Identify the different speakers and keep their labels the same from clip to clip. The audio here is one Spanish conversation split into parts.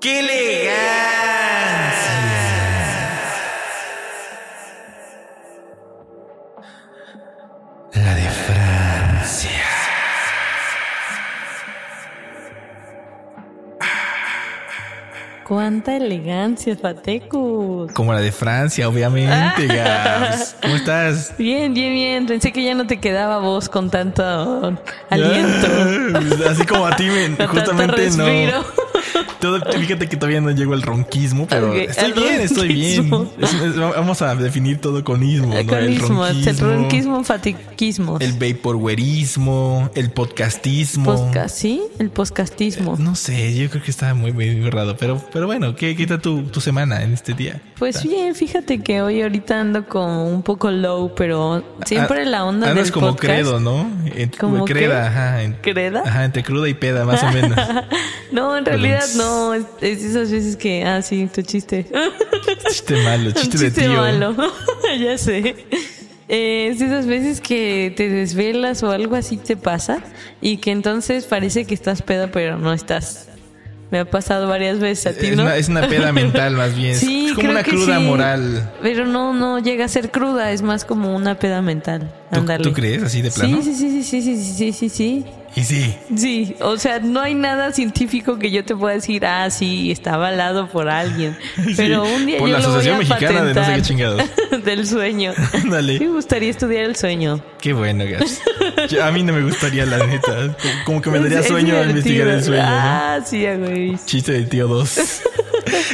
Speaker 1: ¡Qué elegancia!
Speaker 2: La de Francia.
Speaker 3: Cuánta elegancia, Patecus.
Speaker 2: Como la de Francia,
Speaker 3: Ah.
Speaker 2: obviamente, Gabs. ¿Cómo estás?
Speaker 3: Bien, bien, bien. Pensé que ya no te quedaba voz con tanto aliento.
Speaker 2: Así como a ti, men,
Speaker 3: Con tanto
Speaker 2: justamente no.
Speaker 3: respiro.
Speaker 2: Todo- fíjate que todavía no llego al ronquismo, pero
Speaker 3: Ok,
Speaker 2: estoy
Speaker 3: al
Speaker 2: bien, estoy bien.
Speaker 3: ronquismo.
Speaker 2: Es- es- vamos a definir todo con ismo, ¿no?
Speaker 3: Con ismos, el ronquismo, fatiquismos.
Speaker 2: el vaporwareismo, el podcastismo.
Speaker 3: Posca- ¿Sí? El podcastismo.
Speaker 2: Eh, No sé, yo creo que está muy, muy raro, pero, pero bueno, ¿qué, qué tal tu, tu semana en este día?
Speaker 3: Pues bien, fíjate que hoy ahorita ando como un poco low, pero siempre
Speaker 2: Ah,
Speaker 3: la onda
Speaker 2: andas
Speaker 3: del
Speaker 2: como
Speaker 3: podcast.
Speaker 2: credo, Ah, ¿no? En-
Speaker 3: ¿Cómo
Speaker 2: creda,
Speaker 3: qué?
Speaker 2: ajá. en-
Speaker 3: ¿Creda?
Speaker 2: Ajá, entre cruda y peda, más o menos.
Speaker 3: No, en realidad no. Es, es esas veces que, ah, sí, tu chiste.
Speaker 2: chiste malo, chiste,
Speaker 3: Un
Speaker 2: de tío.
Speaker 3: malo. ya sé. Eh, Es de esas veces que te desvelas o algo así te pasa y que entonces parece que estás pedo, pero no estás. Me ha pasado varias veces a ti,
Speaker 2: Es
Speaker 3: ¿no?
Speaker 2: una, es una peda mental, más bien. Es-
Speaker 3: Sí,
Speaker 2: es como
Speaker 3: creo
Speaker 2: una
Speaker 3: que
Speaker 2: cruda
Speaker 3: sí.
Speaker 2: moral.
Speaker 3: Pero no, no llega a ser cruda, es más como una peda mental.
Speaker 2: ¿Tú,
Speaker 3: Ándale.
Speaker 2: tú crees así de plano?
Speaker 3: Sí, sí, sí, sí, sí, sí, sí, sí, sí.
Speaker 2: Y sí.
Speaker 3: Sí, o sea, no hay nada científico que yo te pueda decir, ah, sí, está avalado por alguien. Pero
Speaker 2: Sí,
Speaker 3: un día
Speaker 2: por
Speaker 3: yo
Speaker 2: la
Speaker 3: lo voy
Speaker 2: Asociación
Speaker 3: a
Speaker 2: Mexicana de no sé qué
Speaker 3: patentar.
Speaker 2: chingados.
Speaker 3: Del sueño.
Speaker 2: Ándale.
Speaker 3: Me gustaría estudiar el sueño.
Speaker 2: Qué bueno, Gaps. Yo- A mí no me gustaría, la neta. Como- Como que me daría
Speaker 3: Es- es
Speaker 2: sueño
Speaker 3: divertido.
Speaker 2: investigar el sueño. ¿no?
Speaker 3: Ah, sí, a güey.
Speaker 2: Chiste del tío 2.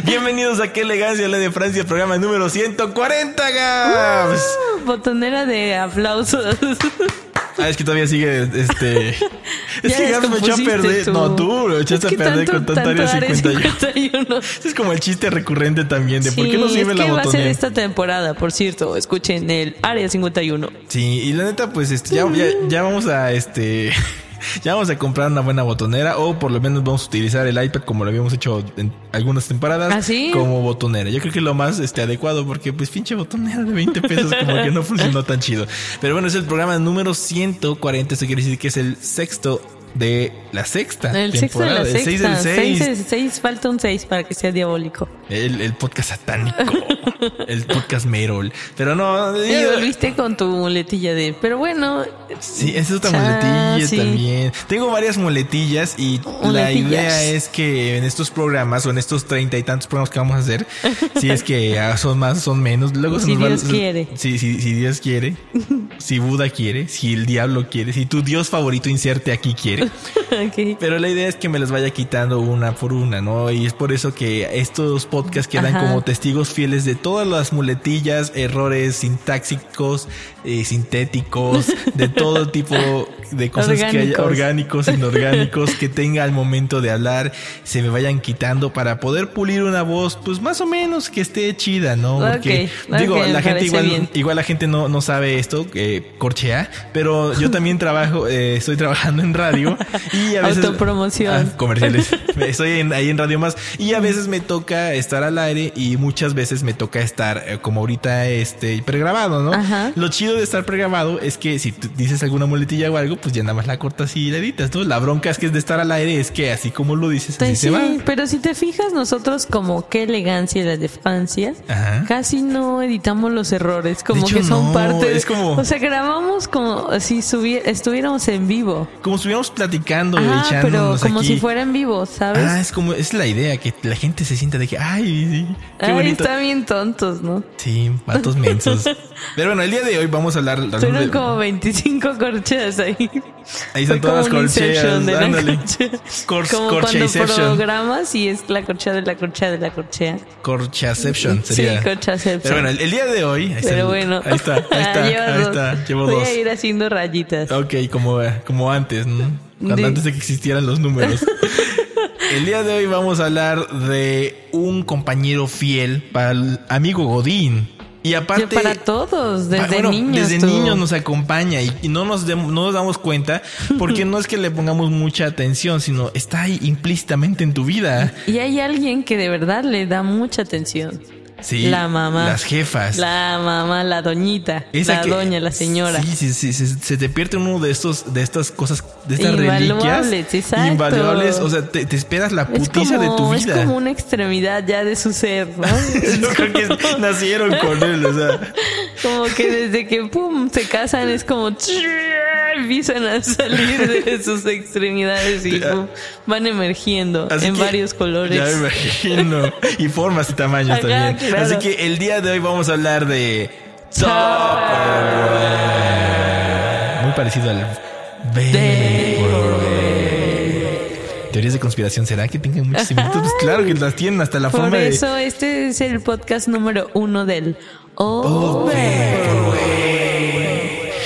Speaker 2: Bienvenidos a Qué Elegancia, la de Francia, programa número 140, Gaps.
Speaker 3: Ah, Botonera de aplausos.
Speaker 2: Ah, es que todavía sigue este. Es
Speaker 3: Ya
Speaker 2: que Gaps me echó a
Speaker 3: descompusiste
Speaker 2: perder.
Speaker 3: tu-
Speaker 2: No, tú lo echaste
Speaker 3: Es que
Speaker 2: a perder
Speaker 3: tanto-
Speaker 2: con tanta
Speaker 3: tanto
Speaker 2: área 51.
Speaker 3: 51.
Speaker 2: Este es como el chiste recurrente también de por qué no
Speaker 3: Sí,
Speaker 2: sirve
Speaker 3: es
Speaker 2: la
Speaker 3: que va a ser
Speaker 2: botonera.
Speaker 3: esta temporada, por cierto. Escuchen el Área 51.
Speaker 2: Sí, y la neta, pues este, ya, ya, ya vamos a este. Ya vamos a comprar una buena botonera o por lo menos vamos a utilizar el iPad como lo habíamos hecho en algunas temporadas
Speaker 3: ¿Ah, sí?
Speaker 2: como botonera. Yo creo que es lo más este adecuado porque pues pinche botonera de 20 pesos como que no funcionó tan chido. Pero bueno, es el programa número 140, eso quiere decir que es el sexto de la sexta
Speaker 3: El sexto de
Speaker 2: temporada,
Speaker 3: la
Speaker 2: el
Speaker 3: sexta.
Speaker 2: 6 del 6.
Speaker 3: Seis del seis, falta un 6 para que sea diabólico.
Speaker 2: El, el podcast satánico, el podcast Merol. Pero no,
Speaker 3: Y
Speaker 2: eh,
Speaker 3: volviste con tu muletilla de. Pero bueno,
Speaker 2: Sí, esa es otra
Speaker 3: Chas,
Speaker 2: muletilla
Speaker 3: sí.
Speaker 2: también. Tengo varias muletillas y la
Speaker 3: Muletillas.
Speaker 2: idea es que en estos programas o en estos treinta y tantos programas que vamos a hacer, si es que ah, son más, son menos, luego se
Speaker 3: Si
Speaker 2: nos va-
Speaker 3: Dios quiere.
Speaker 2: Sí, sí, si Dios quiere, si Buda quiere, si el diablo quiere, si tu Dios favorito inserte aquí quiere.
Speaker 3: ok.
Speaker 2: Pero la idea es que me las vaya quitando una por una, ¿no? Y es por eso que estos podcasts quedan
Speaker 3: Ajá.
Speaker 2: como testigos fieles de todas las muletillas, errores sintáxicos, eh, sintéticos, de todo tipo de cosas que haya,
Speaker 3: Orgánicos.
Speaker 2: orgánicos, inorgánicos, que tenga al momento de hablar, se me vayan quitando para poder pulir una voz, pues más o menos que esté chida, ¿no? Porque,
Speaker 3: Ok,
Speaker 2: digo,
Speaker 3: ok, me
Speaker 2: la gente
Speaker 3: parece
Speaker 2: igual
Speaker 3: bien.
Speaker 2: Igual la gente no, no sabe esto, eh, corchea, pero yo también trabajo, eh, estoy trabajando en radio y a veces...
Speaker 3: Autopromoción.
Speaker 2: Ah, comerciales. Estoy en- ahí en Radio Más y a veces me toca estar al aire y muchas veces me toca estar eh, como ahorita este pregrabado, ¿no?
Speaker 3: Ajá.
Speaker 2: Lo chido de estar pregrabado es que si tú dices alguna muletilla o algo, pues ya nada más la cortas y la editas, ¿no? La bronca es que es de estar al aire es que así como lo dices, así
Speaker 3: Pues
Speaker 2: se va.
Speaker 3: sí, pero si te fijas, nosotros como qué elegancia la de Francia,
Speaker 2: Ajá.
Speaker 3: casi no editamos los errores, como
Speaker 2: hecho,
Speaker 3: que son
Speaker 2: no,
Speaker 3: parte de-
Speaker 2: es como-
Speaker 3: O sea, grabamos como si subi- estuviéramos en vivo.
Speaker 2: Como estuviéramos platicando y
Speaker 3: Ajá, pero
Speaker 2: echándonos
Speaker 3: como
Speaker 2: aquí.
Speaker 3: si fuera en vivo, ¿sabes?
Speaker 2: Ah, es como, es la idea, que la gente se sienta de que, ay, sí, qué
Speaker 3: Ay,
Speaker 2: bonito.
Speaker 3: están bien tontos, ¿no?
Speaker 2: Sí, patos mensos. Pero bueno, el día de hoy vamos a hablar.
Speaker 3: Fueron como 25 corcheas ahí.
Speaker 2: Ahí están
Speaker 3: Fue como
Speaker 2: todas las
Speaker 3: un Inception
Speaker 2: corcheas.
Speaker 3: de la
Speaker 2: Ándale.
Speaker 3: corchea.
Speaker 2: Cor-
Speaker 3: como cuando
Speaker 2: corchaiception.
Speaker 3: programas y es la corchea de la corchea de la corchea.
Speaker 2: Corchaception sería.
Speaker 3: Sí, corchaception.
Speaker 2: Pero bueno, el, el día de hoy. Ahí está,
Speaker 3: Pero
Speaker 2: el-
Speaker 3: bueno,
Speaker 2: Ahí está, ahí está,
Speaker 3: Llevas
Speaker 2: ahí
Speaker 3: dos.
Speaker 2: está. Llevo
Speaker 3: Voy
Speaker 2: dos.
Speaker 3: a ir haciendo rayitas.
Speaker 2: Ok, como, como antes, ¿no? Cuando
Speaker 3: De-
Speaker 2: antes de que existieran los números. El día de hoy vamos a hablar de un compañero fiel para el amigo Godín. Y aparte.
Speaker 3: Yo para todos, desde
Speaker 2: bueno,
Speaker 3: niños.
Speaker 2: Desde
Speaker 3: tú.
Speaker 2: niños nos acompaña y, y no, nos dem- no nos damos cuenta porque no es que le pongamos mucha atención, sino está ahí implícitamente en tu vida.
Speaker 3: Y hay alguien que de verdad le da mucha atención.
Speaker 2: Sí.
Speaker 3: La mamá.
Speaker 2: Las jefas.
Speaker 3: La mamá, la doñita,
Speaker 2: Esa
Speaker 3: la
Speaker 2: que-
Speaker 3: doña, la señora.
Speaker 2: Sí, sí, sí, se, se te pierde uno de estos, de estas cosas, de estas
Speaker 3: Invaluables,
Speaker 2: reliquias
Speaker 3: exacto.
Speaker 2: invaluables. O sea, te, te esperas la
Speaker 3: Es
Speaker 2: putiza de tu
Speaker 3: como-
Speaker 2: vida.
Speaker 3: Es como una extremidad ya de su ser, ¿no? Es
Speaker 2: Yo creo que
Speaker 3: como-
Speaker 2: nacieron con él, o sea.
Speaker 3: Como que desde que pum se casan es como empiezan a salir de sus extremidades y pum, van emergiendo
Speaker 2: Así
Speaker 3: en
Speaker 2: que-
Speaker 3: varios colores.
Speaker 2: Ya me imagino. Y formas y tamaños
Speaker 3: Ajá,
Speaker 2: también.
Speaker 3: claro.
Speaker 2: Así que el día de hoy vamos a hablar de Muy parecido al Big Brother. Teorías de conspiración, ¿será que tengan muchas similitudes? Pues claro que las tienen hasta la
Speaker 3: Por
Speaker 2: forma de.
Speaker 3: eso este es el podcast número uno del
Speaker 2: Old
Speaker 3: Oh,
Speaker 2: Vaporwave.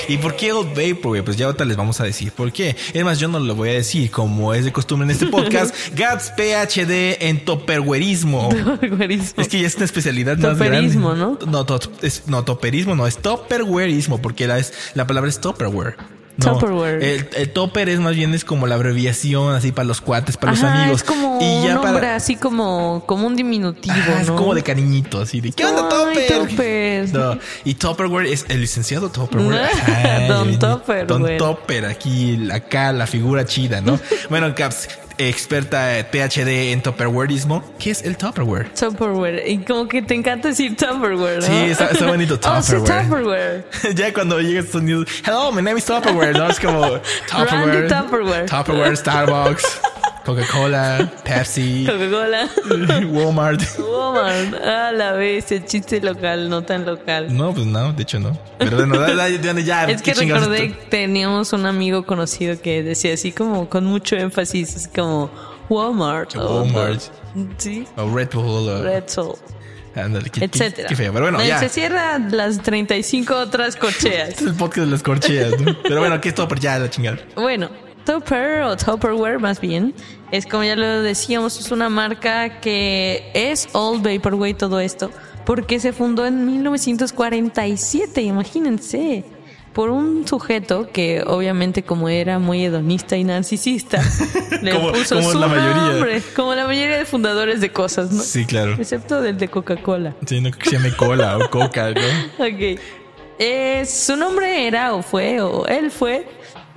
Speaker 2: ¿Y por qué Old Vaporwave? Pues ya ahorita les vamos a decir por qué. Es más, yo no lo voy a decir, como es de costumbre en este podcast. Gats PhD en toperguerismo.
Speaker 3: Vaporwareismo.
Speaker 2: Es que ya es una especialidad más grande.
Speaker 3: Toperismo, ¿no?
Speaker 2: No, tot- es- no, toperismo no, es topperwareismo, porque la, es, la palabra es topperware. No,
Speaker 3: Tupperware.
Speaker 2: El, el topper es más bien es como la abreviación así para los cuates, para los
Speaker 3: Ajá,
Speaker 2: amigos.
Speaker 3: es como
Speaker 2: y
Speaker 3: un
Speaker 2: ya
Speaker 3: nombre
Speaker 2: para
Speaker 3: así como, como un diminutivo,
Speaker 2: Ajá,
Speaker 3: ¿no?
Speaker 2: Ah, es como de cariñito, así de ¿qué onda
Speaker 3: Ay,
Speaker 2: topper?
Speaker 3: Topper.
Speaker 2: No, y Topperware es el licenciado Topperware.
Speaker 3: No,
Speaker 2: Ay,
Speaker 3: Don Topper,
Speaker 2: Don
Speaker 3: güey.
Speaker 2: Topper, aquí, la- acá, la figura chida, ¿no? bueno, Caps, experta eh, PhD en Topperwareismo. ¿Qué es el Topperware?
Speaker 3: Tupperware. Y como que te encanta decir Tupperware, ¿no?
Speaker 2: Sí, está- está bonito,
Speaker 3: Oh, sí,
Speaker 2: Tupperware.
Speaker 3: Tupperware.
Speaker 2: ya cuando llega a Estados Unidos, hello, my name is Topperware, ¿no? Es como Topperware.
Speaker 3: Randy Tupperware.
Speaker 2: Tupperware, Starbucks, Coca-Cola, Pepsi,
Speaker 3: Coca-Cola.
Speaker 2: Walmart.
Speaker 3: Woman. Ah, la vez, el chiste local, no tan local.
Speaker 2: No, pues no, de hecho no. Pero bueno, da- da- ya, ya,
Speaker 3: Es que
Speaker 2: ah, qué chingados
Speaker 3: recordé
Speaker 2: esto.
Speaker 3: que teníamos un amigo conocido que decía así como con mucho énfasis, así como Walmart. o-
Speaker 2: Walmart.
Speaker 3: sí,
Speaker 2: O Red Bull, o-
Speaker 3: Red Soul,
Speaker 2: ándale, qué, qué-
Speaker 3: etcétera.
Speaker 2: Qué feo, pero bueno, ya.
Speaker 3: Se
Speaker 2: Este
Speaker 3: cierran las 35 otras cocheas.
Speaker 2: es el podcast de las corcheas, ¿no? Pero bueno, que es Topper, ya, la chingada.
Speaker 3: Bueno, Topper o Topperware más bien, es como ya lo decíamos, es una marca que es Old Vaporwave todo esto, porque se fundó en 1947, imagínense, por un sujeto que obviamente como era muy hedonista y narcisista, le
Speaker 2: Como-
Speaker 3: puso
Speaker 2: como
Speaker 3: su
Speaker 2: la mayoría.
Speaker 3: nombre, como la mayoría de fundadores de cosas, ¿no?
Speaker 2: Sí, claro.
Speaker 3: Excepto del de Coca-Cola.
Speaker 2: Sí, no creo que se llame cola o coca, ¿no?
Speaker 3: Ok. Eh, su nombre era o fue o él fue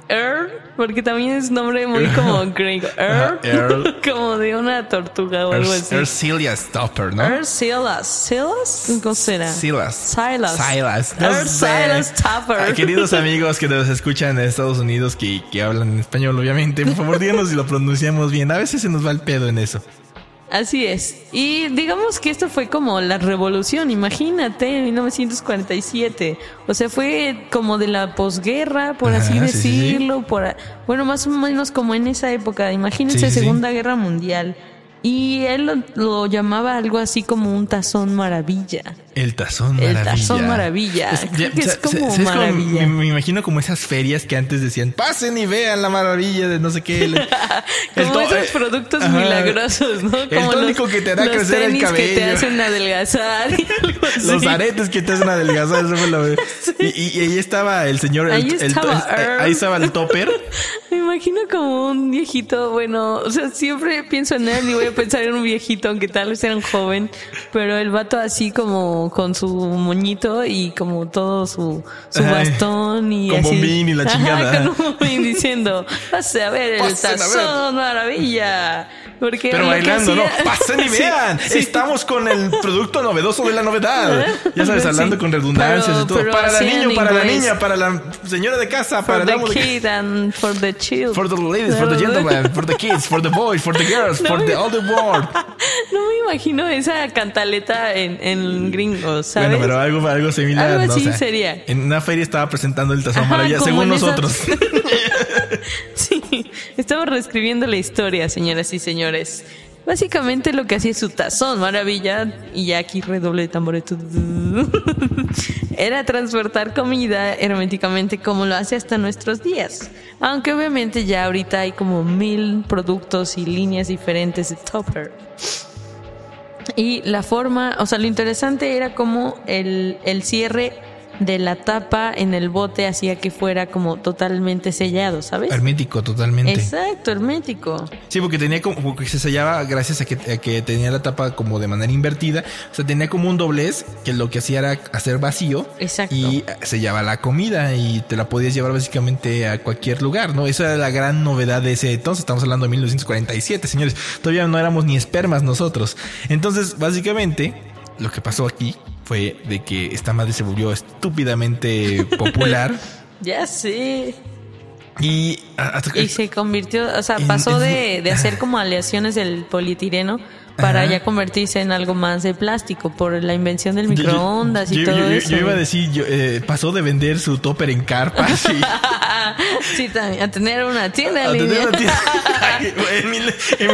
Speaker 3: Earl, porque también es nombre muy como gringo. Earl,
Speaker 2: Earl.
Speaker 3: como de una tortuga o algo así.
Speaker 2: Ercilia Stopper, ¿no?
Speaker 3: Earl Silas. ¿Silas? ¿Cómo será?
Speaker 2: Silas.
Speaker 3: Silas.
Speaker 2: Silas. No
Speaker 3: Earl
Speaker 2: sé.
Speaker 3: Silas Tupper.
Speaker 2: Ah, queridos amigos que nos escuchan de Estados Unidos que, que hablan en español, obviamente, por favor díganos si lo pronunciamos bien. A veces se nos va el pedo en eso.
Speaker 3: Así es. Y digamos que esto fue como la revolución, imagínate, en 1947. O sea, fue como de la posguerra, por así
Speaker 2: Ajá, sí, sí, sí.
Speaker 3: decirlo. Por, a- bueno, más o menos como en esa época,
Speaker 2: Sí,
Speaker 3: imagínense
Speaker 2: sí, sí.
Speaker 3: Segunda Guerra Mundial. Y él lo, lo llamaba algo así como un tazón maravilla.
Speaker 2: El tazón
Speaker 3: El
Speaker 2: maravilla.
Speaker 3: tazón maravilla. Creo que es como
Speaker 2: es como-
Speaker 3: maravilla.
Speaker 2: me, me imagino como esas ferias que antes decían, pasen y vean la maravilla de no sé qué. El- el
Speaker 3: Como
Speaker 2: to-
Speaker 3: esos
Speaker 2: eh,
Speaker 3: productos
Speaker 2: ajá.
Speaker 3: milagrosos, ¿no? Como
Speaker 2: tónico que te hará
Speaker 3: los
Speaker 2: crecer el
Speaker 3: tenis que te
Speaker 2: cabello.
Speaker 3: hacen adelgazar y algo así.
Speaker 2: Los aretes que te hacen adelgazar, eso fue lo- y, y- y ahí estaba el señor, el-
Speaker 3: Ahí
Speaker 2: el to-
Speaker 3: estaba,
Speaker 2: el-
Speaker 3: Earl.
Speaker 2: ahí estaba el topper.
Speaker 3: Me imagino como un viejito, bueno, o sea, siempre pienso en él y voy a pensar en un viejito, aunque tal vez era un joven, pero el vato así como con su moñito y como todo su, su
Speaker 2: Ajá,
Speaker 3: bastón y
Speaker 2: con
Speaker 3: así.
Speaker 2: bombín y la
Speaker 3: Ajá,
Speaker 2: chingada.
Speaker 3: con un bombín diciendo, pase a ver el
Speaker 2: Pasen a ver".
Speaker 3: tazón, maravilla. Porque
Speaker 2: Pero
Speaker 3: era lo que
Speaker 2: bailando, ¿no?
Speaker 3: hacía-
Speaker 2: Pasen y
Speaker 3: Sí,
Speaker 2: vean.
Speaker 3: sí.
Speaker 2: Estamos con el producto novedoso de la novedad. Ya sabes,
Speaker 3: Sí.
Speaker 2: hablando con redundancias
Speaker 3: Pero-
Speaker 2: y todo.
Speaker 3: pero
Speaker 2: Para la
Speaker 3: así en
Speaker 2: niño, para la
Speaker 3: inglés.
Speaker 2: niña, para la señora de casa,
Speaker 3: For
Speaker 2: para el
Speaker 3: the
Speaker 2: amo de
Speaker 3: kid and for the child.
Speaker 2: For the ladies, for the gentlemen, for the kids, for the boys, for the girls,
Speaker 3: No.
Speaker 2: for the all the world.
Speaker 3: No me imagino esa cantaleta en, en gringo, ¿sabes?
Speaker 2: Bueno, pero algo, algo similar.
Speaker 3: Algo
Speaker 2: ¿no?
Speaker 3: así sería.
Speaker 2: En una feria estaba presentando el tazón
Speaker 3: Ajá,
Speaker 2: maravilla,
Speaker 3: como
Speaker 2: según
Speaker 3: en esas-
Speaker 2: nosotros.
Speaker 3: Sí, estamos reescribiendo la historia, señoras y señores. Básicamente lo que hacía su tazón, maravilla, y ya aquí redoble de tambores. tu, tu, tu, Era transportar comida herméticamente como lo hace hasta nuestros días. Aunque obviamente ya ahorita hay como mil productos y líneas diferentes de topper. Y la forma, o sea, lo interesante era como el, el cierre de la tapa en el bote hacía que fuera como totalmente sellado, ¿sabes?
Speaker 2: Hermético, totalmente.
Speaker 3: Exacto, hermético.
Speaker 2: Sí, porque tenía como, como que se sellaba gracias a que, a que tenía la tapa como de manera invertida. O sea, tenía como un doblez que lo que hacía era hacer vacío.
Speaker 3: Exacto.
Speaker 2: Y sellaba la comida y te la podías llevar básicamente a cualquier lugar, ¿no? Esa era la gran novedad de ese entonces. Estamos hablando de 1947, señores. Todavía no éramos ni espermas nosotros. Entonces, básicamente, lo que pasó aquí fue de que esta madre se volvió estúpidamente popular.
Speaker 3: ya sí.
Speaker 2: Y,
Speaker 3: y se convirtió, o sea, pasó de, de hacer como aleaciones del polietileno para
Speaker 2: Ajá.
Speaker 3: ya convertirse en algo más de plástico por la invención del microondas
Speaker 2: yo,
Speaker 3: y
Speaker 2: yo-
Speaker 3: todo
Speaker 2: yo-
Speaker 3: eso.
Speaker 2: yo iba a decir, yo, eh, pasó de vender su topper en carpas y
Speaker 3: sí, también, a tener una tienda
Speaker 2: a
Speaker 3: en
Speaker 2: tener
Speaker 3: línea.
Speaker 2: una tienda- en, mil- en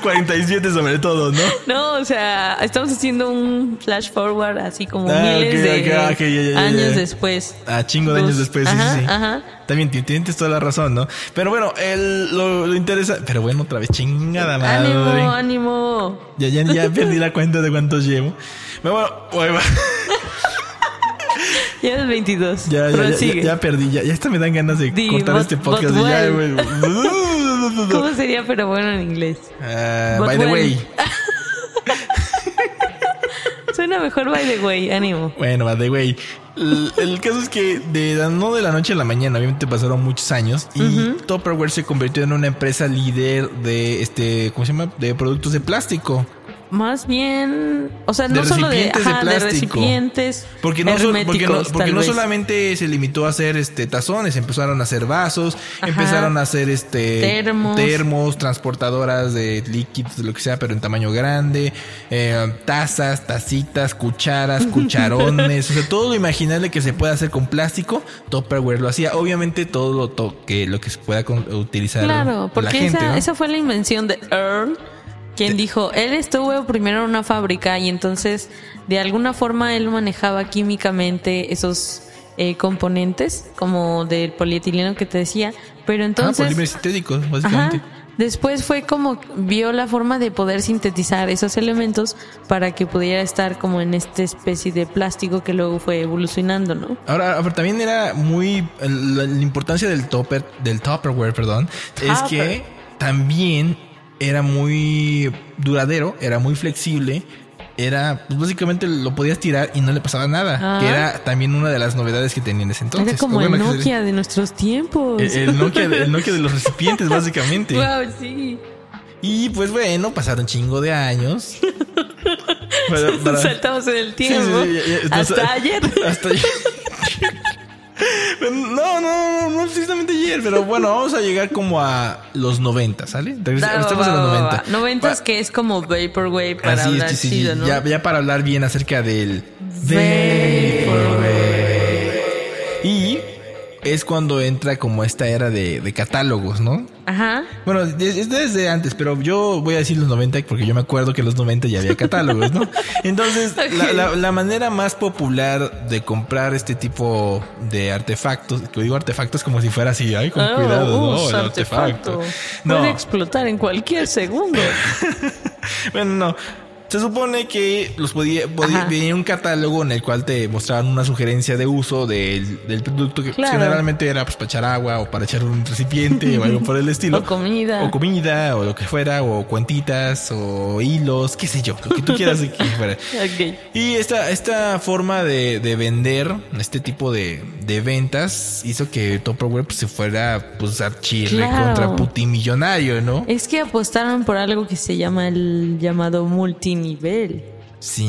Speaker 2: 1947 sobre todo, ¿no?
Speaker 3: No, o sea, estamos haciendo un flash forward así como
Speaker 2: Ah,
Speaker 3: miles
Speaker 2: ok,
Speaker 3: de
Speaker 2: ok, ok, ya, ya, ya, ya.
Speaker 3: años después.
Speaker 2: A chingo de años
Speaker 3: Dos.
Speaker 2: después, sí,
Speaker 3: Ajá,
Speaker 2: sí, sí.
Speaker 3: ajá.
Speaker 2: También ti- tienes toda la razón, ¿no? Pero bueno, el, lo, lo interesa. Pero bueno, otra vez, chingada madre.
Speaker 3: Ánimo, ánimo.
Speaker 2: Ya, ya, ya perdí la cuenta de cuántos llevo. Pero bueno, bueno,
Speaker 3: Ya eres 22.
Speaker 2: Ya, ya, ya,
Speaker 3: Prosigue.
Speaker 2: ya, ya perdí, ya, ya hasta me dan ganas de
Speaker 3: Di,
Speaker 2: cortar
Speaker 3: but-
Speaker 2: este podcast.
Speaker 3: but
Speaker 2: y ya,
Speaker 3: well.
Speaker 2: güey.
Speaker 3: ¿Cómo sería pero bueno en inglés?
Speaker 2: Ah,
Speaker 3: But
Speaker 2: by the
Speaker 3: well.
Speaker 2: way,
Speaker 3: Suena mejor by the way, ánimo.
Speaker 2: bueno, by the way, el, el caso es que de la- no de la noche a la mañana, obviamente pasaron muchos años y Tupperware se convirtió en una empresa líder de este, ¿cómo se llama? De productos de plástico.
Speaker 3: Más bien, o sea,
Speaker 2: De
Speaker 3: no solo de,
Speaker 2: recipientes de
Speaker 3: ajá, de
Speaker 2: plástico.
Speaker 3: recipientes
Speaker 2: Porque no, sol- porque no,
Speaker 3: herméticos,
Speaker 2: porque
Speaker 3: tal
Speaker 2: no
Speaker 3: vez.
Speaker 2: solamente se limitó a hacer este tazones, empezaron a hacer vasos,
Speaker 3: Ajá.
Speaker 2: empezaron a hacer este
Speaker 3: Termos.
Speaker 2: termos, transportadoras de líquidos, de lo que sea, pero en tamaño grande, eh, tazas, tacitas, cucharas, cucharones, o sea, todo lo imaginable que se pueda hacer con plástico, Tupperware lo hacía. Obviamente todo lo to- que lo que se pueda con- utilizar
Speaker 3: Claro, porque
Speaker 2: la gente,
Speaker 3: esa,
Speaker 2: ¿no?
Speaker 3: esa fue la invención de Earl, quien dijo, él estuvo primero en una fábrica y entonces de alguna forma él manejaba químicamente esos eh, componentes, como del polietileno que te decía, pero
Speaker 2: Ah,
Speaker 3: entonces...
Speaker 2: polímeros sintéticos,
Speaker 3: Ajá.
Speaker 2: básicamente.
Speaker 3: Después fue como vio la forma de poder sintetizar esos elementos para que pudiera estar como en esta especie de plástico que luego fue evolucionando, ¿no?
Speaker 2: Ahora, pero también era muy la, la importancia del topper, del topperware, perdón, es
Speaker 3: Tupper.
Speaker 2: que también era muy duradero, era muy flexible, era pues, básicamente lo podías tirar y no le pasaba nada,
Speaker 3: Ah.
Speaker 2: que era también una de las novedades que tenía en ese entonces. Eh,
Speaker 3: Era como el
Speaker 2: Bueno, que-
Speaker 3: Nokia de nuestros tiempos.
Speaker 2: El, el Nokia, el Nokia de los recipientes, básicamente.
Speaker 3: Wow, sí.
Speaker 2: Y pues bueno, pasaron chingo de años. Para- para-
Speaker 3: Saltamos en el tiempo.
Speaker 2: Sí, sí, sí, ya- pues, ya-
Speaker 3: Hasta
Speaker 2: nos-
Speaker 3: ayer.
Speaker 2: Hasta ayer. No, no, no, no precisamente ayer, pero bueno, vamos a llegar como a los 90, ¿sale? Regresa-
Speaker 3: Va, va,
Speaker 2: Estamos en los
Speaker 3: va, va,
Speaker 2: 90.
Speaker 3: va. Noventas
Speaker 2: Pa-
Speaker 3: que es como Vaporwave para
Speaker 2: Así es,
Speaker 3: hablar
Speaker 2: sí, sí,
Speaker 3: chido, ¿no?
Speaker 2: ya, ya para hablar bien acerca del... Y es cuando entra como esta era de, de catálogos, ¿no?
Speaker 3: Ajá.
Speaker 2: Bueno, es es desde antes, pero yo voy a decir los 90 porque yo me acuerdo que en los 90 ya había catálogos, ¿no? Entonces, la, la- la manera más popular de comprar este tipo de artefactos, que digo artefactos como si fuera así, ay, con
Speaker 3: Oh,
Speaker 2: cuidado, no,
Speaker 3: uh,
Speaker 2: el artefacto. No,
Speaker 3: Puede explotar en cualquier segundo.
Speaker 2: bueno, no. Se supone que los podía, podía
Speaker 3: Ajá.
Speaker 2: venía un catálogo en el cual te mostraban una sugerencia de uso del, del producto que
Speaker 3: Claro.
Speaker 2: generalmente era pues, para echar agua o para echar un recipiente o algo por el estilo.
Speaker 3: O comida.
Speaker 2: O comida o lo que fuera, o cuentitas o hilos, qué sé yo, lo que tú quieras de que fuera.
Speaker 3: Ok.
Speaker 2: Y esta, esta forma de, de vender, este tipo de, de ventas, hizo que Tupperware pues, se fuera pues archirre
Speaker 3: Claro.
Speaker 2: contra Putin millonario, ¿no?
Speaker 3: Es que apostaron por algo que se llama el llamado multinivel.
Speaker 2: Sí.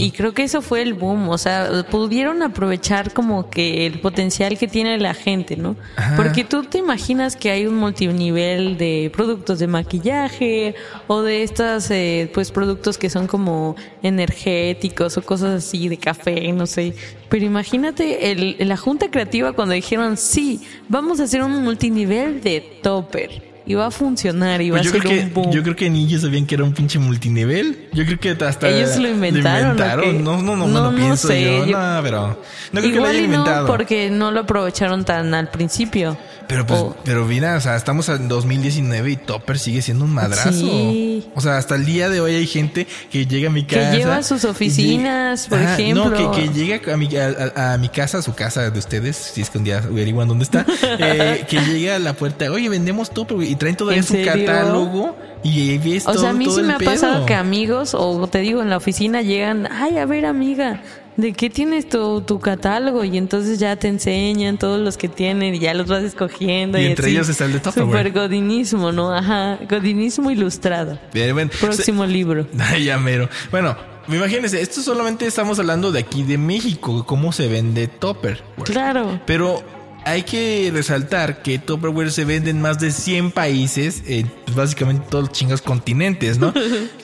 Speaker 3: Y creo que eso fue el boom, o sea, pudieron aprovechar como que el potencial que tiene la gente, ¿no?
Speaker 2: Ajá.
Speaker 3: Porque tú te imaginas que hay un multinivel de productos de maquillaje o de estas, eh, pues, productos que son como energéticos o cosas así de café, no sé. Pero imagínate el, la junta creativa cuando dijeron, sí, vamos a hacer un multinivel de topper. Y va a funcionar, y va
Speaker 2: Pues yo
Speaker 3: a ser
Speaker 2: creo que,
Speaker 3: un boom.
Speaker 2: Yo creo que ni ellos sabían que era un pinche multinivel. Yo creo que hasta.
Speaker 3: ¿Ellos lo inventaron o qué?
Speaker 2: No, no, no,
Speaker 3: No,
Speaker 2: no,
Speaker 3: no
Speaker 2: pienso
Speaker 3: sé,
Speaker 2: yo.
Speaker 3: yo-
Speaker 2: No, pero. No creo que lo
Speaker 3: Igual
Speaker 2: hayan
Speaker 3: y no,
Speaker 2: inventado.
Speaker 3: porque no lo aprovecharon tan al principio.
Speaker 2: Pero pues,
Speaker 3: O-
Speaker 2: pero mira, o sea, estamos en 2019 y Topper sigue siendo un madrazo.
Speaker 3: Sí.
Speaker 2: O sea, hasta el día de hoy hay gente que llega a mi
Speaker 3: Que
Speaker 2: casa.
Speaker 3: lleva sus oficinas,
Speaker 2: llega-
Speaker 3: por ejemplo.
Speaker 2: No, que, que llega a mi, a- a- a mi casa, a su casa de ustedes, si es que un día averiguan dónde está, eh, que llega a la puerta, oye, vendemos Topper, güey", y traen todavía
Speaker 3: ¿En
Speaker 2: su
Speaker 3: serio?
Speaker 2: catálogo y ahí ves
Speaker 3: O
Speaker 2: todo,
Speaker 3: sea, a mí
Speaker 2: todo
Speaker 3: sí
Speaker 2: el
Speaker 3: me ha
Speaker 2: pedo.
Speaker 3: pasado que amigos, o te digo, en la oficina llegan, ay, a ver, amiga, ¿de qué tienes tu, tu catálogo? Y entonces ya te enseñan todos los que tienen y ya los vas escogiendo.
Speaker 2: Y entre
Speaker 3: así.
Speaker 2: ellos está el de Tupperware.
Speaker 3: Super godinismo, ¿no? Ajá, godinismo ilustrado.
Speaker 2: Pero bueno,
Speaker 3: Próximo libro.
Speaker 2: Ay, ya mero. Bueno, imagínense, esto solamente estamos hablando de aquí de México, cómo se vende Topper.
Speaker 3: Claro.
Speaker 2: Pero hay que resaltar que Tupperware se vende en más de 100 países, en pues, básicamente todos los chingados continentes, ¿no?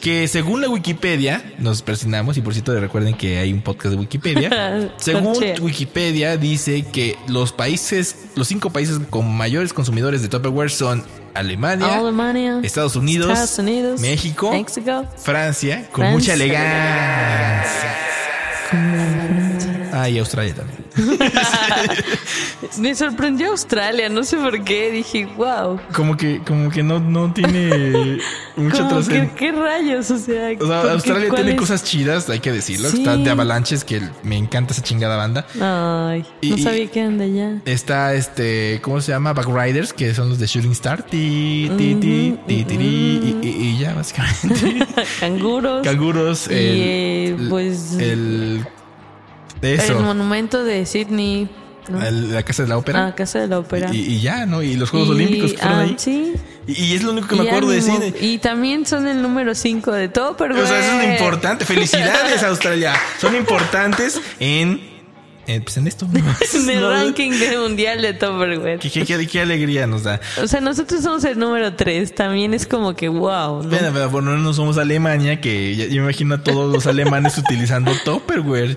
Speaker 2: que según la Wikipedia, nos presionamos y por cierto recuerden que hay un podcast de Wikipedia. según
Speaker 3: Escuché.
Speaker 2: Wikipedia dice que los países, los cinco países con mayores consumidores de Tupperware son Alemania,
Speaker 3: Alemania.
Speaker 2: Estados Unidos,
Speaker 3: Estados Unidos,
Speaker 2: México,
Speaker 3: México.
Speaker 2: Francia, con
Speaker 3: Francia.
Speaker 2: mucha elegancia. Ah, y Australia también.
Speaker 3: Me sorprendió Australia, no sé por qué. Dije, wow.
Speaker 2: Como que, como que no, no tiene mucho
Speaker 3: Como que,
Speaker 2: trascendente.
Speaker 3: ¿Qué rayos? O
Speaker 2: O
Speaker 3: sea,
Speaker 2: sea,
Speaker 3: ¿por qué?
Speaker 2: Australia
Speaker 3: ¿Cuál
Speaker 2: tiene
Speaker 3: es?
Speaker 2: cosas chidas, hay que decirlo.
Speaker 3: Sí.
Speaker 2: Está de avalanches, que me encanta esa chingada banda.
Speaker 3: Ay, no
Speaker 2: Y-
Speaker 3: sabía que eran de allá.
Speaker 2: Está este, ¿cómo se llama? Backriders, que son los de Shooting Star. Ti, ti, ti, ti, ti, ti, y, y- y ya, básicamente.
Speaker 3: Canguros.
Speaker 2: Canguros.
Speaker 3: Y, eh, pues,
Speaker 2: El.
Speaker 3: El
Speaker 2: Eso.
Speaker 3: monumento de Sydney. ¿no?
Speaker 2: el- la Casa de la Ópera.
Speaker 3: Ah, Casa de la Ópera.
Speaker 2: Y, y ya, ¿no? Y los Juegos
Speaker 3: Y-
Speaker 2: Olímpicos que fueron
Speaker 3: ah,
Speaker 2: ahí.
Speaker 3: Sí.
Speaker 2: Y, y es lo único que
Speaker 3: Y
Speaker 2: me acuerdo de
Speaker 3: ánimo.
Speaker 2: cine.
Speaker 3: Y también son el número 5 de todo, pero
Speaker 2: O sea, eso
Speaker 3: Pues.
Speaker 2: es lo importante. Felicidades, Australia. Son importantes en. eh, pues en esto.
Speaker 3: En el
Speaker 2: No,
Speaker 3: ranking del mundial de Topperware.
Speaker 2: Qué, qué- qué- qué alegría nos da.
Speaker 3: O sea, nosotros somos el número 3. También es como que wow. ¿no?
Speaker 2: Bueno, pero por lo menos no somos Alemania, que ya- yo imagino a todos los alemanes utilizando Topperware.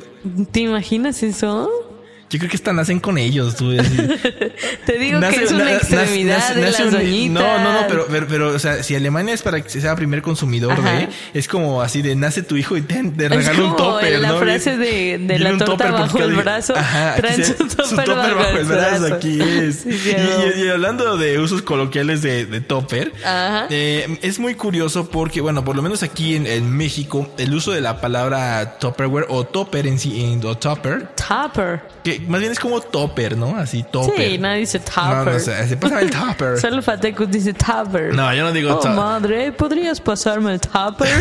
Speaker 3: ¿Te imaginas eso?
Speaker 2: Yo creo que hasta nacen con ellos. tú, así.
Speaker 3: Te digo
Speaker 2: Nace-
Speaker 3: que es una
Speaker 2: na-
Speaker 3: extremidad
Speaker 2: nace-
Speaker 3: de
Speaker 2: nace
Speaker 3: las
Speaker 2: un-
Speaker 3: doñitas.
Speaker 2: No, no, no, pero, pero, pero, o sea, si Alemania es para que sea primer consumidor
Speaker 3: Ajá.
Speaker 2: de, es como así de nace tu hijo y te, te
Speaker 3: Es
Speaker 2: regalo un
Speaker 3: como
Speaker 2: topper,
Speaker 3: la
Speaker 2: ¿no?
Speaker 3: frase de- de
Speaker 2: Viene
Speaker 3: la
Speaker 2: un
Speaker 3: torta
Speaker 2: topper
Speaker 3: bajo
Speaker 2: porque
Speaker 3: el
Speaker 2: digo,
Speaker 3: brazo,
Speaker 2: aquí
Speaker 3: traen
Speaker 2: se-
Speaker 3: su topper
Speaker 2: topper bajo el brazo, aquí es.
Speaker 3: Sí,
Speaker 2: y,
Speaker 3: claro.
Speaker 2: y- y hablando de usos coloquiales de, de topper,
Speaker 3: Ajá.
Speaker 2: eh, es muy curioso porque, bueno, por lo menos aquí en, en México, el uso de la palabra topperware o topper en sí, en- o topper,
Speaker 3: Topper.
Speaker 2: que más bien es como topper, ¿no? Así topper.
Speaker 3: Sí, nadie dice
Speaker 2: No,
Speaker 3: topper.
Speaker 2: no, o sea, se pasa el topper.
Speaker 3: Solo Fatecus dice topper.
Speaker 2: No, yo no digo
Speaker 3: Oh,
Speaker 2: to-
Speaker 3: madre, ¿podrías pasarme el topper?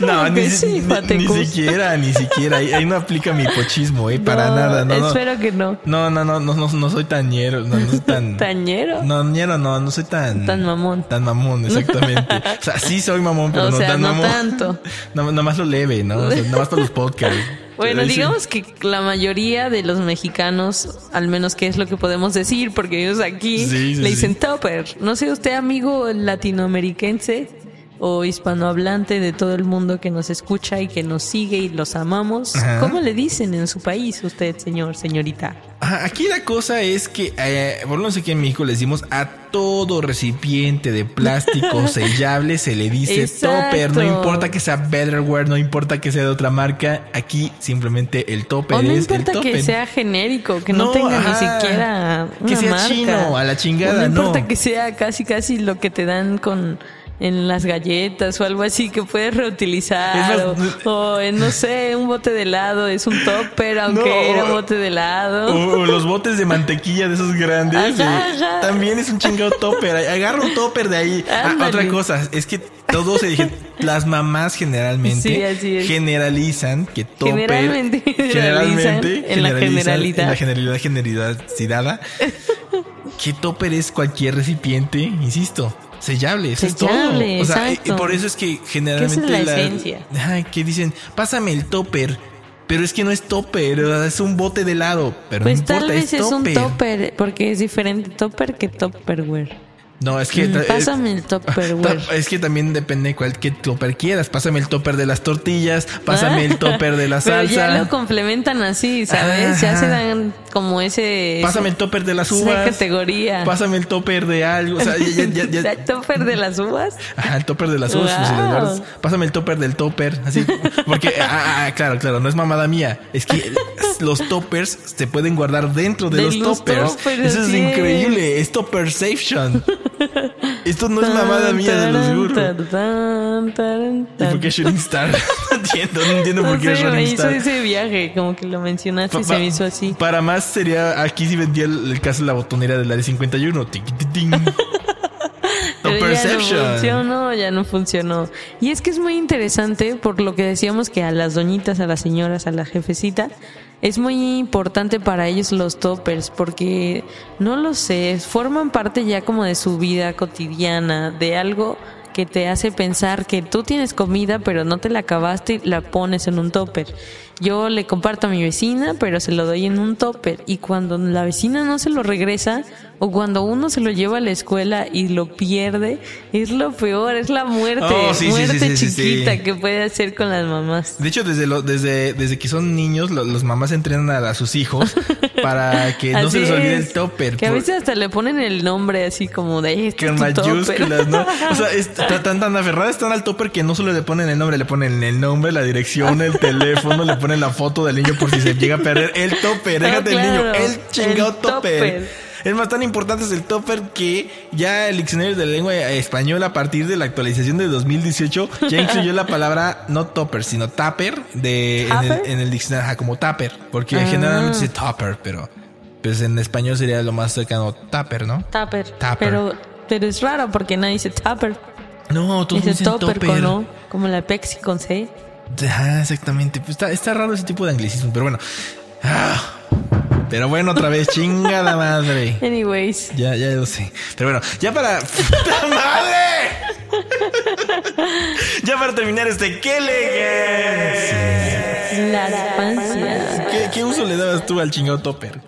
Speaker 2: No,
Speaker 3: Claro
Speaker 2: ni,
Speaker 3: que
Speaker 2: si-
Speaker 3: sí,
Speaker 2: ni- ni
Speaker 3: Fatecus.
Speaker 2: siquiera, ni siquiera. Ahí, ahí no aplica mi pochismo, eh, para
Speaker 3: No,
Speaker 2: nada. No, no.
Speaker 3: Espero que no.
Speaker 2: No, no, no, no, no, no soy tan ñero, no, no soy tan...
Speaker 3: ¿Tañero?
Speaker 2: No, ñero no, no soy tan...
Speaker 3: Tan mamón.
Speaker 2: Tan mamón, exactamente. O sea, sí soy mamón, pero
Speaker 3: O
Speaker 2: no
Speaker 3: sea,
Speaker 2: tan
Speaker 3: no
Speaker 2: mamón.
Speaker 3: tanto.
Speaker 2: No, nada más lo leve, ¿no? O sea, nada más para los podcasts.
Speaker 3: Bueno,
Speaker 2: Ahí sí.
Speaker 3: digamos que la mayoría de los mexicanos, al menos que es lo que podemos decir, porque ellos aquí
Speaker 2: Sí, sí,
Speaker 3: le dicen
Speaker 2: sí.
Speaker 3: topper. No sé usted, amigo latinoameriquense o hispanohablante de todo el mundo que nos escucha y que nos sigue y los amamos,
Speaker 2: Ajá.
Speaker 3: ¿cómo le dicen en su país usted, señor, señorita?
Speaker 2: Ajá, Aquí la cosa es que, eh, por lo menos aquí en México le decimos a todo recipiente de plástico sellable se le dice
Speaker 3: Exacto.
Speaker 2: topper, no importa que sea Betterware, no importa que sea de otra marca, aquí simplemente el topper
Speaker 3: o no
Speaker 2: es el
Speaker 3: importa
Speaker 2: topper.
Speaker 3: que sea genérico, que no,
Speaker 2: No,
Speaker 3: tenga ni
Speaker 2: ajá.
Speaker 3: siquiera una
Speaker 2: Que sea
Speaker 3: marca.
Speaker 2: chino, a la chingada,
Speaker 3: O no importa
Speaker 2: no.
Speaker 3: que sea casi casi lo que te dan con en las galletas o algo así que puedes reutilizar
Speaker 2: Es más,
Speaker 3: o, o en, no sé, un bote de helado es un topper aunque
Speaker 2: No,
Speaker 3: era un
Speaker 2: o-
Speaker 3: bote de helado.
Speaker 2: O, o los botes de mantequilla de esos grandes.
Speaker 3: Ajá,
Speaker 2: eh,
Speaker 3: ajá.
Speaker 2: También es un chingado topper. Agarra un topper de ahí. Ah,
Speaker 3: Ándale.
Speaker 2: otra cosa, es que todos se dije, las mamás generalmente
Speaker 3: Sí, así es.
Speaker 2: generalizan que topper.
Speaker 3: Generalmente generalizan, en la generalidad.
Speaker 2: En la generalidad, generalicidada. que topper es cualquier recipiente, insisto. Sellable, eso
Speaker 3: Sellable,
Speaker 2: es todo. O sea, eh,
Speaker 3: exacto.
Speaker 2: por eso es que generalmente
Speaker 3: la esencia.
Speaker 2: Ay, que dicen, pásame el topper. Pero es que no es topper, o sea, es un bote de helado. Pero
Speaker 3: pues
Speaker 2: no
Speaker 3: tal
Speaker 2: importa,
Speaker 3: vez
Speaker 2: es
Speaker 3: es un
Speaker 2: topper.
Speaker 3: topper porque es diferente topper que topperware.
Speaker 2: No, es que. eh,
Speaker 3: Mm,
Speaker 2: ta-
Speaker 3: Pásame el Tupperware.
Speaker 2: Ta- Es que también depende cuál qué topper quieras. Pásame el topper de las tortillas, pásame el topper de la
Speaker 3: Ah. Pero ya
Speaker 2: salsa,
Speaker 3: lo complementan así, ¿sabes? Ya
Speaker 2: Ajá.
Speaker 3: se dan como ese...
Speaker 2: pásame el topper de las
Speaker 3: esa
Speaker 2: uvas,
Speaker 3: categoría.
Speaker 2: pásame el topper de algo. O sea, ya, ya- ya- ya-
Speaker 3: ¿El topper de las uvas?
Speaker 2: Ajá, el topper de las uvas, pues, si las
Speaker 3: Wow.
Speaker 2: guardas. Pásame el topper del topper, así. Porque, ah, ah, claro, claro, no es mamada mía. Es que los toppers se pueden guardar dentro de,
Speaker 3: De
Speaker 2: los,
Speaker 3: los
Speaker 2: toppers.
Speaker 3: toppers,
Speaker 2: Eso es
Speaker 3: así es.
Speaker 2: increíble. Es topperception. Esto no es mamada mía de los seguros. ¿Y por qué Shooting Star? No entiendo, no entiendo por qué
Speaker 3: No
Speaker 2: es
Speaker 3: sé,
Speaker 2: Rolling
Speaker 3: me hizo
Speaker 2: Star.
Speaker 3: ese viaje, como que lo mencionaste
Speaker 2: Pa-
Speaker 3: y se
Speaker 2: pa-
Speaker 3: me hizo así.
Speaker 2: Para más sería aquí si vendía el, el caso de la botonera de la de 51. Tiqui, ti, ting.
Speaker 3: Pero ya no
Speaker 2: Topperception.
Speaker 3: funcionó, ya no funcionó. Y es que es muy interesante por lo que decíamos que a las doñitas, a las señoras, a la jefecita, es muy importante para ellos los toppers porque, no lo sé, forman parte ya como de su vida cotidiana, de algo que te hace pensar que tú tienes comida pero no te la acabaste y la pones en un topper. Yo le comparto a mi vecina pero se lo doy en un topper y cuando la vecina no se lo regresa o cuando uno se lo lleva a la escuela y lo pierde es lo peor, es la muerte,
Speaker 2: Oh, sí, sí, sí,
Speaker 3: muerte
Speaker 2: sí, sí, sí.
Speaker 3: chiquita que puede hacer con las mamás.
Speaker 2: De hecho, desde, lo- desde, desde que son niños, lo- los mamás entrenan a, a sus hijos para que no se
Speaker 3: Así
Speaker 2: les olvide
Speaker 3: es.
Speaker 2: el topper.
Speaker 3: Que a
Speaker 2: por-
Speaker 3: veces hasta le ponen el nombre así como de "Ay, este
Speaker 2: con
Speaker 3: es tu topper".
Speaker 2: mayúsculas, ¿no? O sea, es- ta- tan, tan aferradas están al topper que no solo le ponen el nombre, le ponen el nombre, la dirección, el teléfono, le ponen la foto del niño por si se llega a perder el topper.
Speaker 3: Ah,
Speaker 2: Déjate el niño,
Speaker 3: claro,
Speaker 2: el chingado
Speaker 3: el
Speaker 2: topper.
Speaker 3: topper.
Speaker 2: Es más, tan importante es el topper que ya el diccionario de la lengua española a partir de la actualización de 2018 ya incluyó la palabra no topper, sino tupper de, en, el,
Speaker 3: ¿Tupper?
Speaker 2: en el diccionario ajá, como tupper, porque
Speaker 3: Ah.
Speaker 2: generalmente dice tupper, pero pues en español sería lo más cercano tupper, ¿no?
Speaker 3: Tupper.
Speaker 2: Tupper.
Speaker 3: Pero, pero es raro porque nadie dice tupper.
Speaker 2: No, todos
Speaker 3: dice
Speaker 2: dicen
Speaker 3: topper,
Speaker 2: topper.
Speaker 3: con O, como la Pepsi con C.
Speaker 2: Ajá, exactamente. Pues está, está raro ese tipo de anglicismo, pero bueno. Ah, pero bueno, otra vez, chingada madre.
Speaker 3: Anyways,
Speaker 2: Ya, ya lo sé. Pero bueno, ya para. ¡Puta madre! ya para terminar este, ¿qué elegancia?
Speaker 3: la infancia.
Speaker 2: ¿Qué, qué uso le dabas tú al chingado topper?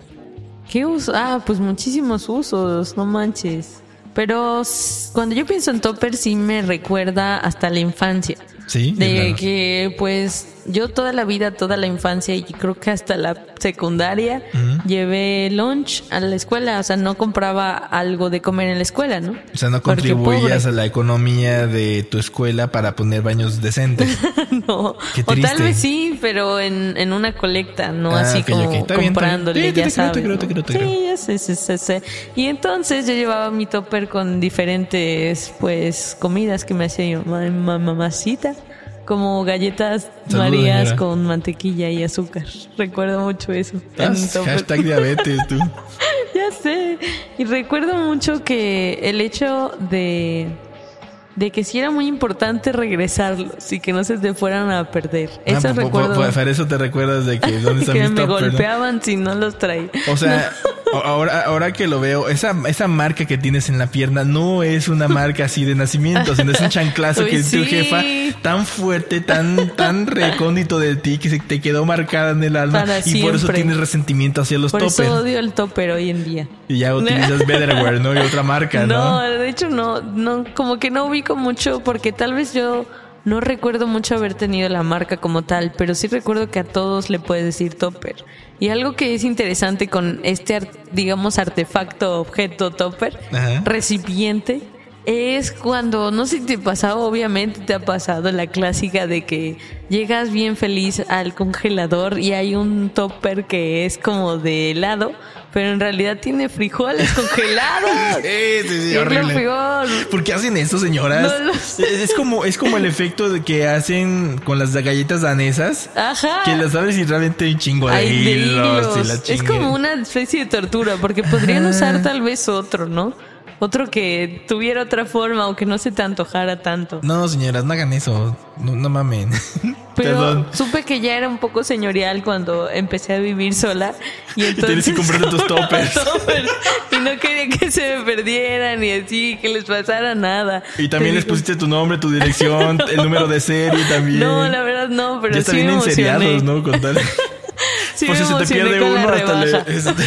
Speaker 3: ¿Qué uso? Ah, pues muchísimos usos, no manches. Pero s- cuando yo pienso en topper sí me recuerda hasta la infancia.
Speaker 2: Sí,
Speaker 3: De
Speaker 2: claro.
Speaker 3: que pues yo toda la vida, toda la infancia y creo que hasta la secundaria llevé lunch a la escuela, o sea, no compraba algo de comer en la escuela, ¿no?
Speaker 2: O sea, no
Speaker 3: Porque
Speaker 2: contribuías
Speaker 3: pobre.
Speaker 2: a la economía de tu escuela para poner baños decentes.
Speaker 3: No,
Speaker 2: Qué
Speaker 3: o tal
Speaker 2: triste.
Speaker 3: vez sí, pero en, en una colecta, no
Speaker 2: Ah,
Speaker 3: así
Speaker 2: ok,
Speaker 3: como
Speaker 2: ok. Está bien, está bien.
Speaker 3: comprándole,
Speaker 2: Sí, te
Speaker 3: ya
Speaker 2: creo, te
Speaker 3: sabes.
Speaker 2: creo, te
Speaker 3: ¿no?
Speaker 2: creo, te creo.
Speaker 3: Sí, ya sé, sé, sé, sé. Y entonces yo llevaba mi topper con diferentes, pues, comidas que me hacía mi mamá- ma- mamacita, como galletas
Speaker 2: Saludos,
Speaker 3: marías
Speaker 2: señora.
Speaker 3: con mantequilla y azúcar. Recuerdo mucho eso. en mi
Speaker 2: Estás
Speaker 3: topper.
Speaker 2: hashtag diabetes, tú.
Speaker 3: Ya sé. Y recuerdo mucho que el hecho de, de que sí era muy importante regresarlos y que no se te fueran a perder.
Speaker 2: Ah,
Speaker 3: Eso
Speaker 2: po- po-
Speaker 3: recuerdo.
Speaker 2: po- Para eso te recuerdas de que dónde está
Speaker 3: que
Speaker 2: mis
Speaker 3: me
Speaker 2: topper, ¿no?
Speaker 3: golpeaban si no los traía.
Speaker 2: O sea, a- ahora, ahora que lo veo, esa, esa marca que tienes en la pierna no es una marca así de nacimiento, sino es un chanclazo
Speaker 3: Uy,
Speaker 2: que tu
Speaker 3: sí.
Speaker 2: jefa tan fuerte, tan, tan recóndito de ti que se te quedó marcada en el alma
Speaker 3: Para
Speaker 2: y por eso
Speaker 3: siempre.
Speaker 2: tienes resentimiento hacia los
Speaker 3: Por
Speaker 2: toppers.
Speaker 3: eso odio el topper hoy en día.
Speaker 2: Y ya utilizas Betterware, ¿no? Y otra marca, ¿no?
Speaker 3: No, de hecho no, no, como que no ubico mucho porque tal vez yo no recuerdo mucho haber tenido la marca como tal, pero sí recuerdo que a todos le puedes decir topper. Y algo que es interesante con este, ar- digamos, artefacto, objeto, topper,
Speaker 2: Ajá.
Speaker 3: recipiente, es cuando, no sé si te pasaba, obviamente te ha pasado la clásica de que llegas bien feliz al congelador y hay un topper que es como de helado, pero en realidad tiene frijoles congelados.
Speaker 2: Sí, sí, sí,
Speaker 3: Es lo
Speaker 2: horrible.
Speaker 3: peor.
Speaker 2: ¿Por qué hacen eso, señoras?
Speaker 3: No lo sé.
Speaker 2: Es como, es como el efecto de que hacen con las galletas danesas.
Speaker 3: Ajá.
Speaker 2: Que las sabes y realmente hay un chingo de,
Speaker 3: Ay, de
Speaker 2: hilos. y
Speaker 3: hilos.
Speaker 2: la Ah.
Speaker 3: Es
Speaker 2: chingue.
Speaker 3: como una especie de tortura, porque podrían usar tal vez otro, ¿no? Otro que tuviera otra forma o que no se te antojara tanto.
Speaker 2: No, señoras, no hagan eso. No, no mamen.
Speaker 3: Pero
Speaker 2: Perdón.
Speaker 3: supe que ya era un poco señorial cuando empecé a vivir sola y
Speaker 2: tienes
Speaker 3: entonces
Speaker 2: que comprarte tus
Speaker 3: compraba
Speaker 2: toppers.
Speaker 3: toppers. y no quería que se me perdieran y así que les pasara nada.
Speaker 2: Y también
Speaker 3: Te
Speaker 2: les
Speaker 3: digo-
Speaker 2: pusiste tu nombre, tu dirección, el número de serie también.
Speaker 3: No, la verdad no, pero
Speaker 2: Ya
Speaker 3: sí
Speaker 2: está bien
Speaker 3: me emocioné.
Speaker 2: enseriados, ¿no? Con tal.
Speaker 3: Sí
Speaker 2: Por
Speaker 3: me
Speaker 2: si se te
Speaker 3: emocioné
Speaker 2: pierde
Speaker 3: con la
Speaker 2: uno, hasta le.
Speaker 3: rebaja.
Speaker 2: este-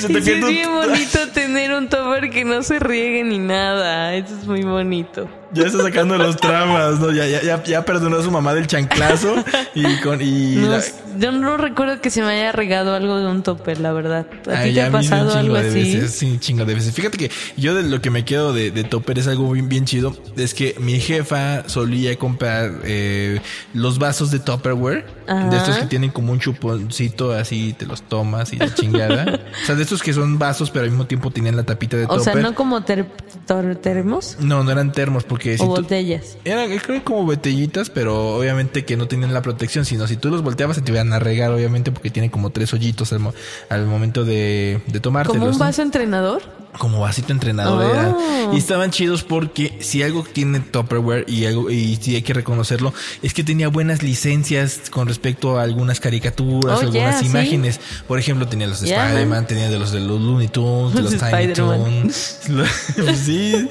Speaker 2: Se te
Speaker 3: Y sí es
Speaker 2: pierde
Speaker 3: bien
Speaker 2: un...
Speaker 3: bonito tener un topper que no se riegue ni nada. Eso es muy bonito.
Speaker 2: Ya está sacando los tramas, ¿no? Ya, ya, ya, ya perdonó a su mamá del chanclazo y con... Y
Speaker 3: No
Speaker 2: la-
Speaker 3: s- Yo no recuerdo que se me haya regado algo de un topper, la verdad. ¿A
Speaker 2: Ay,
Speaker 3: ti te
Speaker 2: ya
Speaker 3: ha
Speaker 2: a mí sí un
Speaker 3: pasado
Speaker 2: chingo
Speaker 3: algo
Speaker 2: de
Speaker 3: así?
Speaker 2: veces, sí, un chingo de veces. Fíjate que yo de lo que me quedo de, de topper es algo bien, bien chido. Es que mi jefa solía comprar eh, los vasos de Tupperware.
Speaker 3: Ajá.
Speaker 2: De estos que tienen como un chuponcito así, te los tomas y la chingada. o sea, de estos que son vasos, pero al mismo tiempo tenían la tapita de
Speaker 3: O
Speaker 2: topper.
Speaker 3: sea, no como ter- tor- termos
Speaker 2: no, no eran termos porque... si
Speaker 3: o
Speaker 2: tú-
Speaker 3: botellas.
Speaker 2: eran, creo que como botellitas, pero obviamente que no tenían la protección, sino si tú los volteabas se te iban a regar, obviamente, porque tiene como tres hoyitos al, mo- al momento de, de tomártelos.
Speaker 3: ¿Como un
Speaker 2: ¿no?
Speaker 3: vaso entrenador?
Speaker 2: como vasito entrenador
Speaker 3: Oh.
Speaker 2: era. Y estaban chidos porque si algo tiene Tupperware y algo, y sí hay que reconocerlo, es que tenía buenas licencias con respecto a algunas caricaturas,
Speaker 3: Oh,
Speaker 2: algunas
Speaker 3: yeah, sí.
Speaker 2: imágenes. Por ejemplo, tenía los de
Speaker 3: Yeah,
Speaker 2: Spider-Man, tenía de los de los Looney Tunes, de los
Speaker 3: Los
Speaker 2: Tiny
Speaker 3: Spider-Man.
Speaker 2: Tunes. Lo- sí.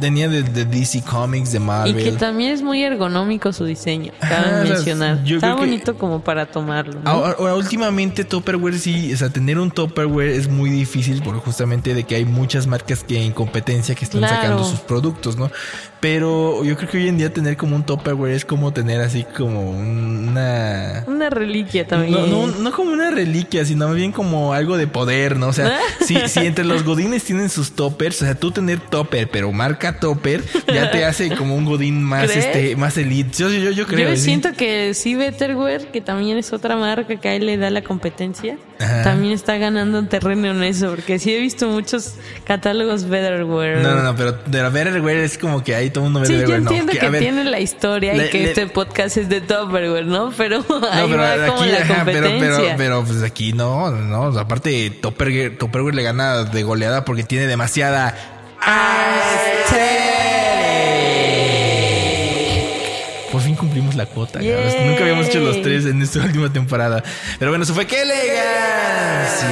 Speaker 2: Tenía de, de DC Comics, de Marvel.
Speaker 3: Y que también es muy ergonómico su diseño,
Speaker 2: Ah,
Speaker 3: cabe
Speaker 2: o sea,
Speaker 3: mencionar.
Speaker 2: yo
Speaker 3: Está
Speaker 2: creo que-
Speaker 3: bonito como para tomarlo. ¿no?
Speaker 2: Ahora, ahora, últimamente Tupperware sí, o sea, tener un Tupperware es muy difícil por justamente de que hay muchas marcas que en competencia que están
Speaker 3: Claro.
Speaker 2: sacando sus productos, ¿no? Pero yo creo que hoy en día tener como un Tupperware es como tener así como una...
Speaker 3: Una reliquia también.
Speaker 2: No, no, no como una reliquia, sino más bien como algo de poder, ¿no? O sea, si, si entre los godines tienen sus toppers, o sea, tú tener topper, pero marca topper, ya te hace como un godín más,
Speaker 3: ¿Crees?
Speaker 2: este, más elite. Yo, yo, yo creo.
Speaker 3: Yo
Speaker 2: sí.
Speaker 3: siento que sí, Betterware, que también es otra marca que ahí le da la competencia,
Speaker 2: Ajá.
Speaker 3: también está ganando terreno en eso, porque sí he visto muchos catálogos Betterware.
Speaker 2: No, no, no, pero de la Betterware es como que ahí todo el mundo
Speaker 3: Sí, yo
Speaker 2: Betterware, no,
Speaker 3: entiendo que
Speaker 2: a ver,
Speaker 3: tiene la historia
Speaker 2: le-
Speaker 3: y que
Speaker 2: le-
Speaker 3: este podcast es de Tupperware, ¿no? Pero ahí
Speaker 2: No, pero
Speaker 3: va como
Speaker 2: aquí,
Speaker 3: la
Speaker 2: ajá, pero,
Speaker 3: competencia.
Speaker 2: pero, pero pues aquí no, no, o sea, aparte Topperware, Topperware le gana de goleada porque tiene demasiada... Por fin cumplimos la cuota, cabrón.
Speaker 3: Yay.
Speaker 2: nunca habíamos hecho los tres en esta última temporada. Pero bueno, eso fue qué elegancia.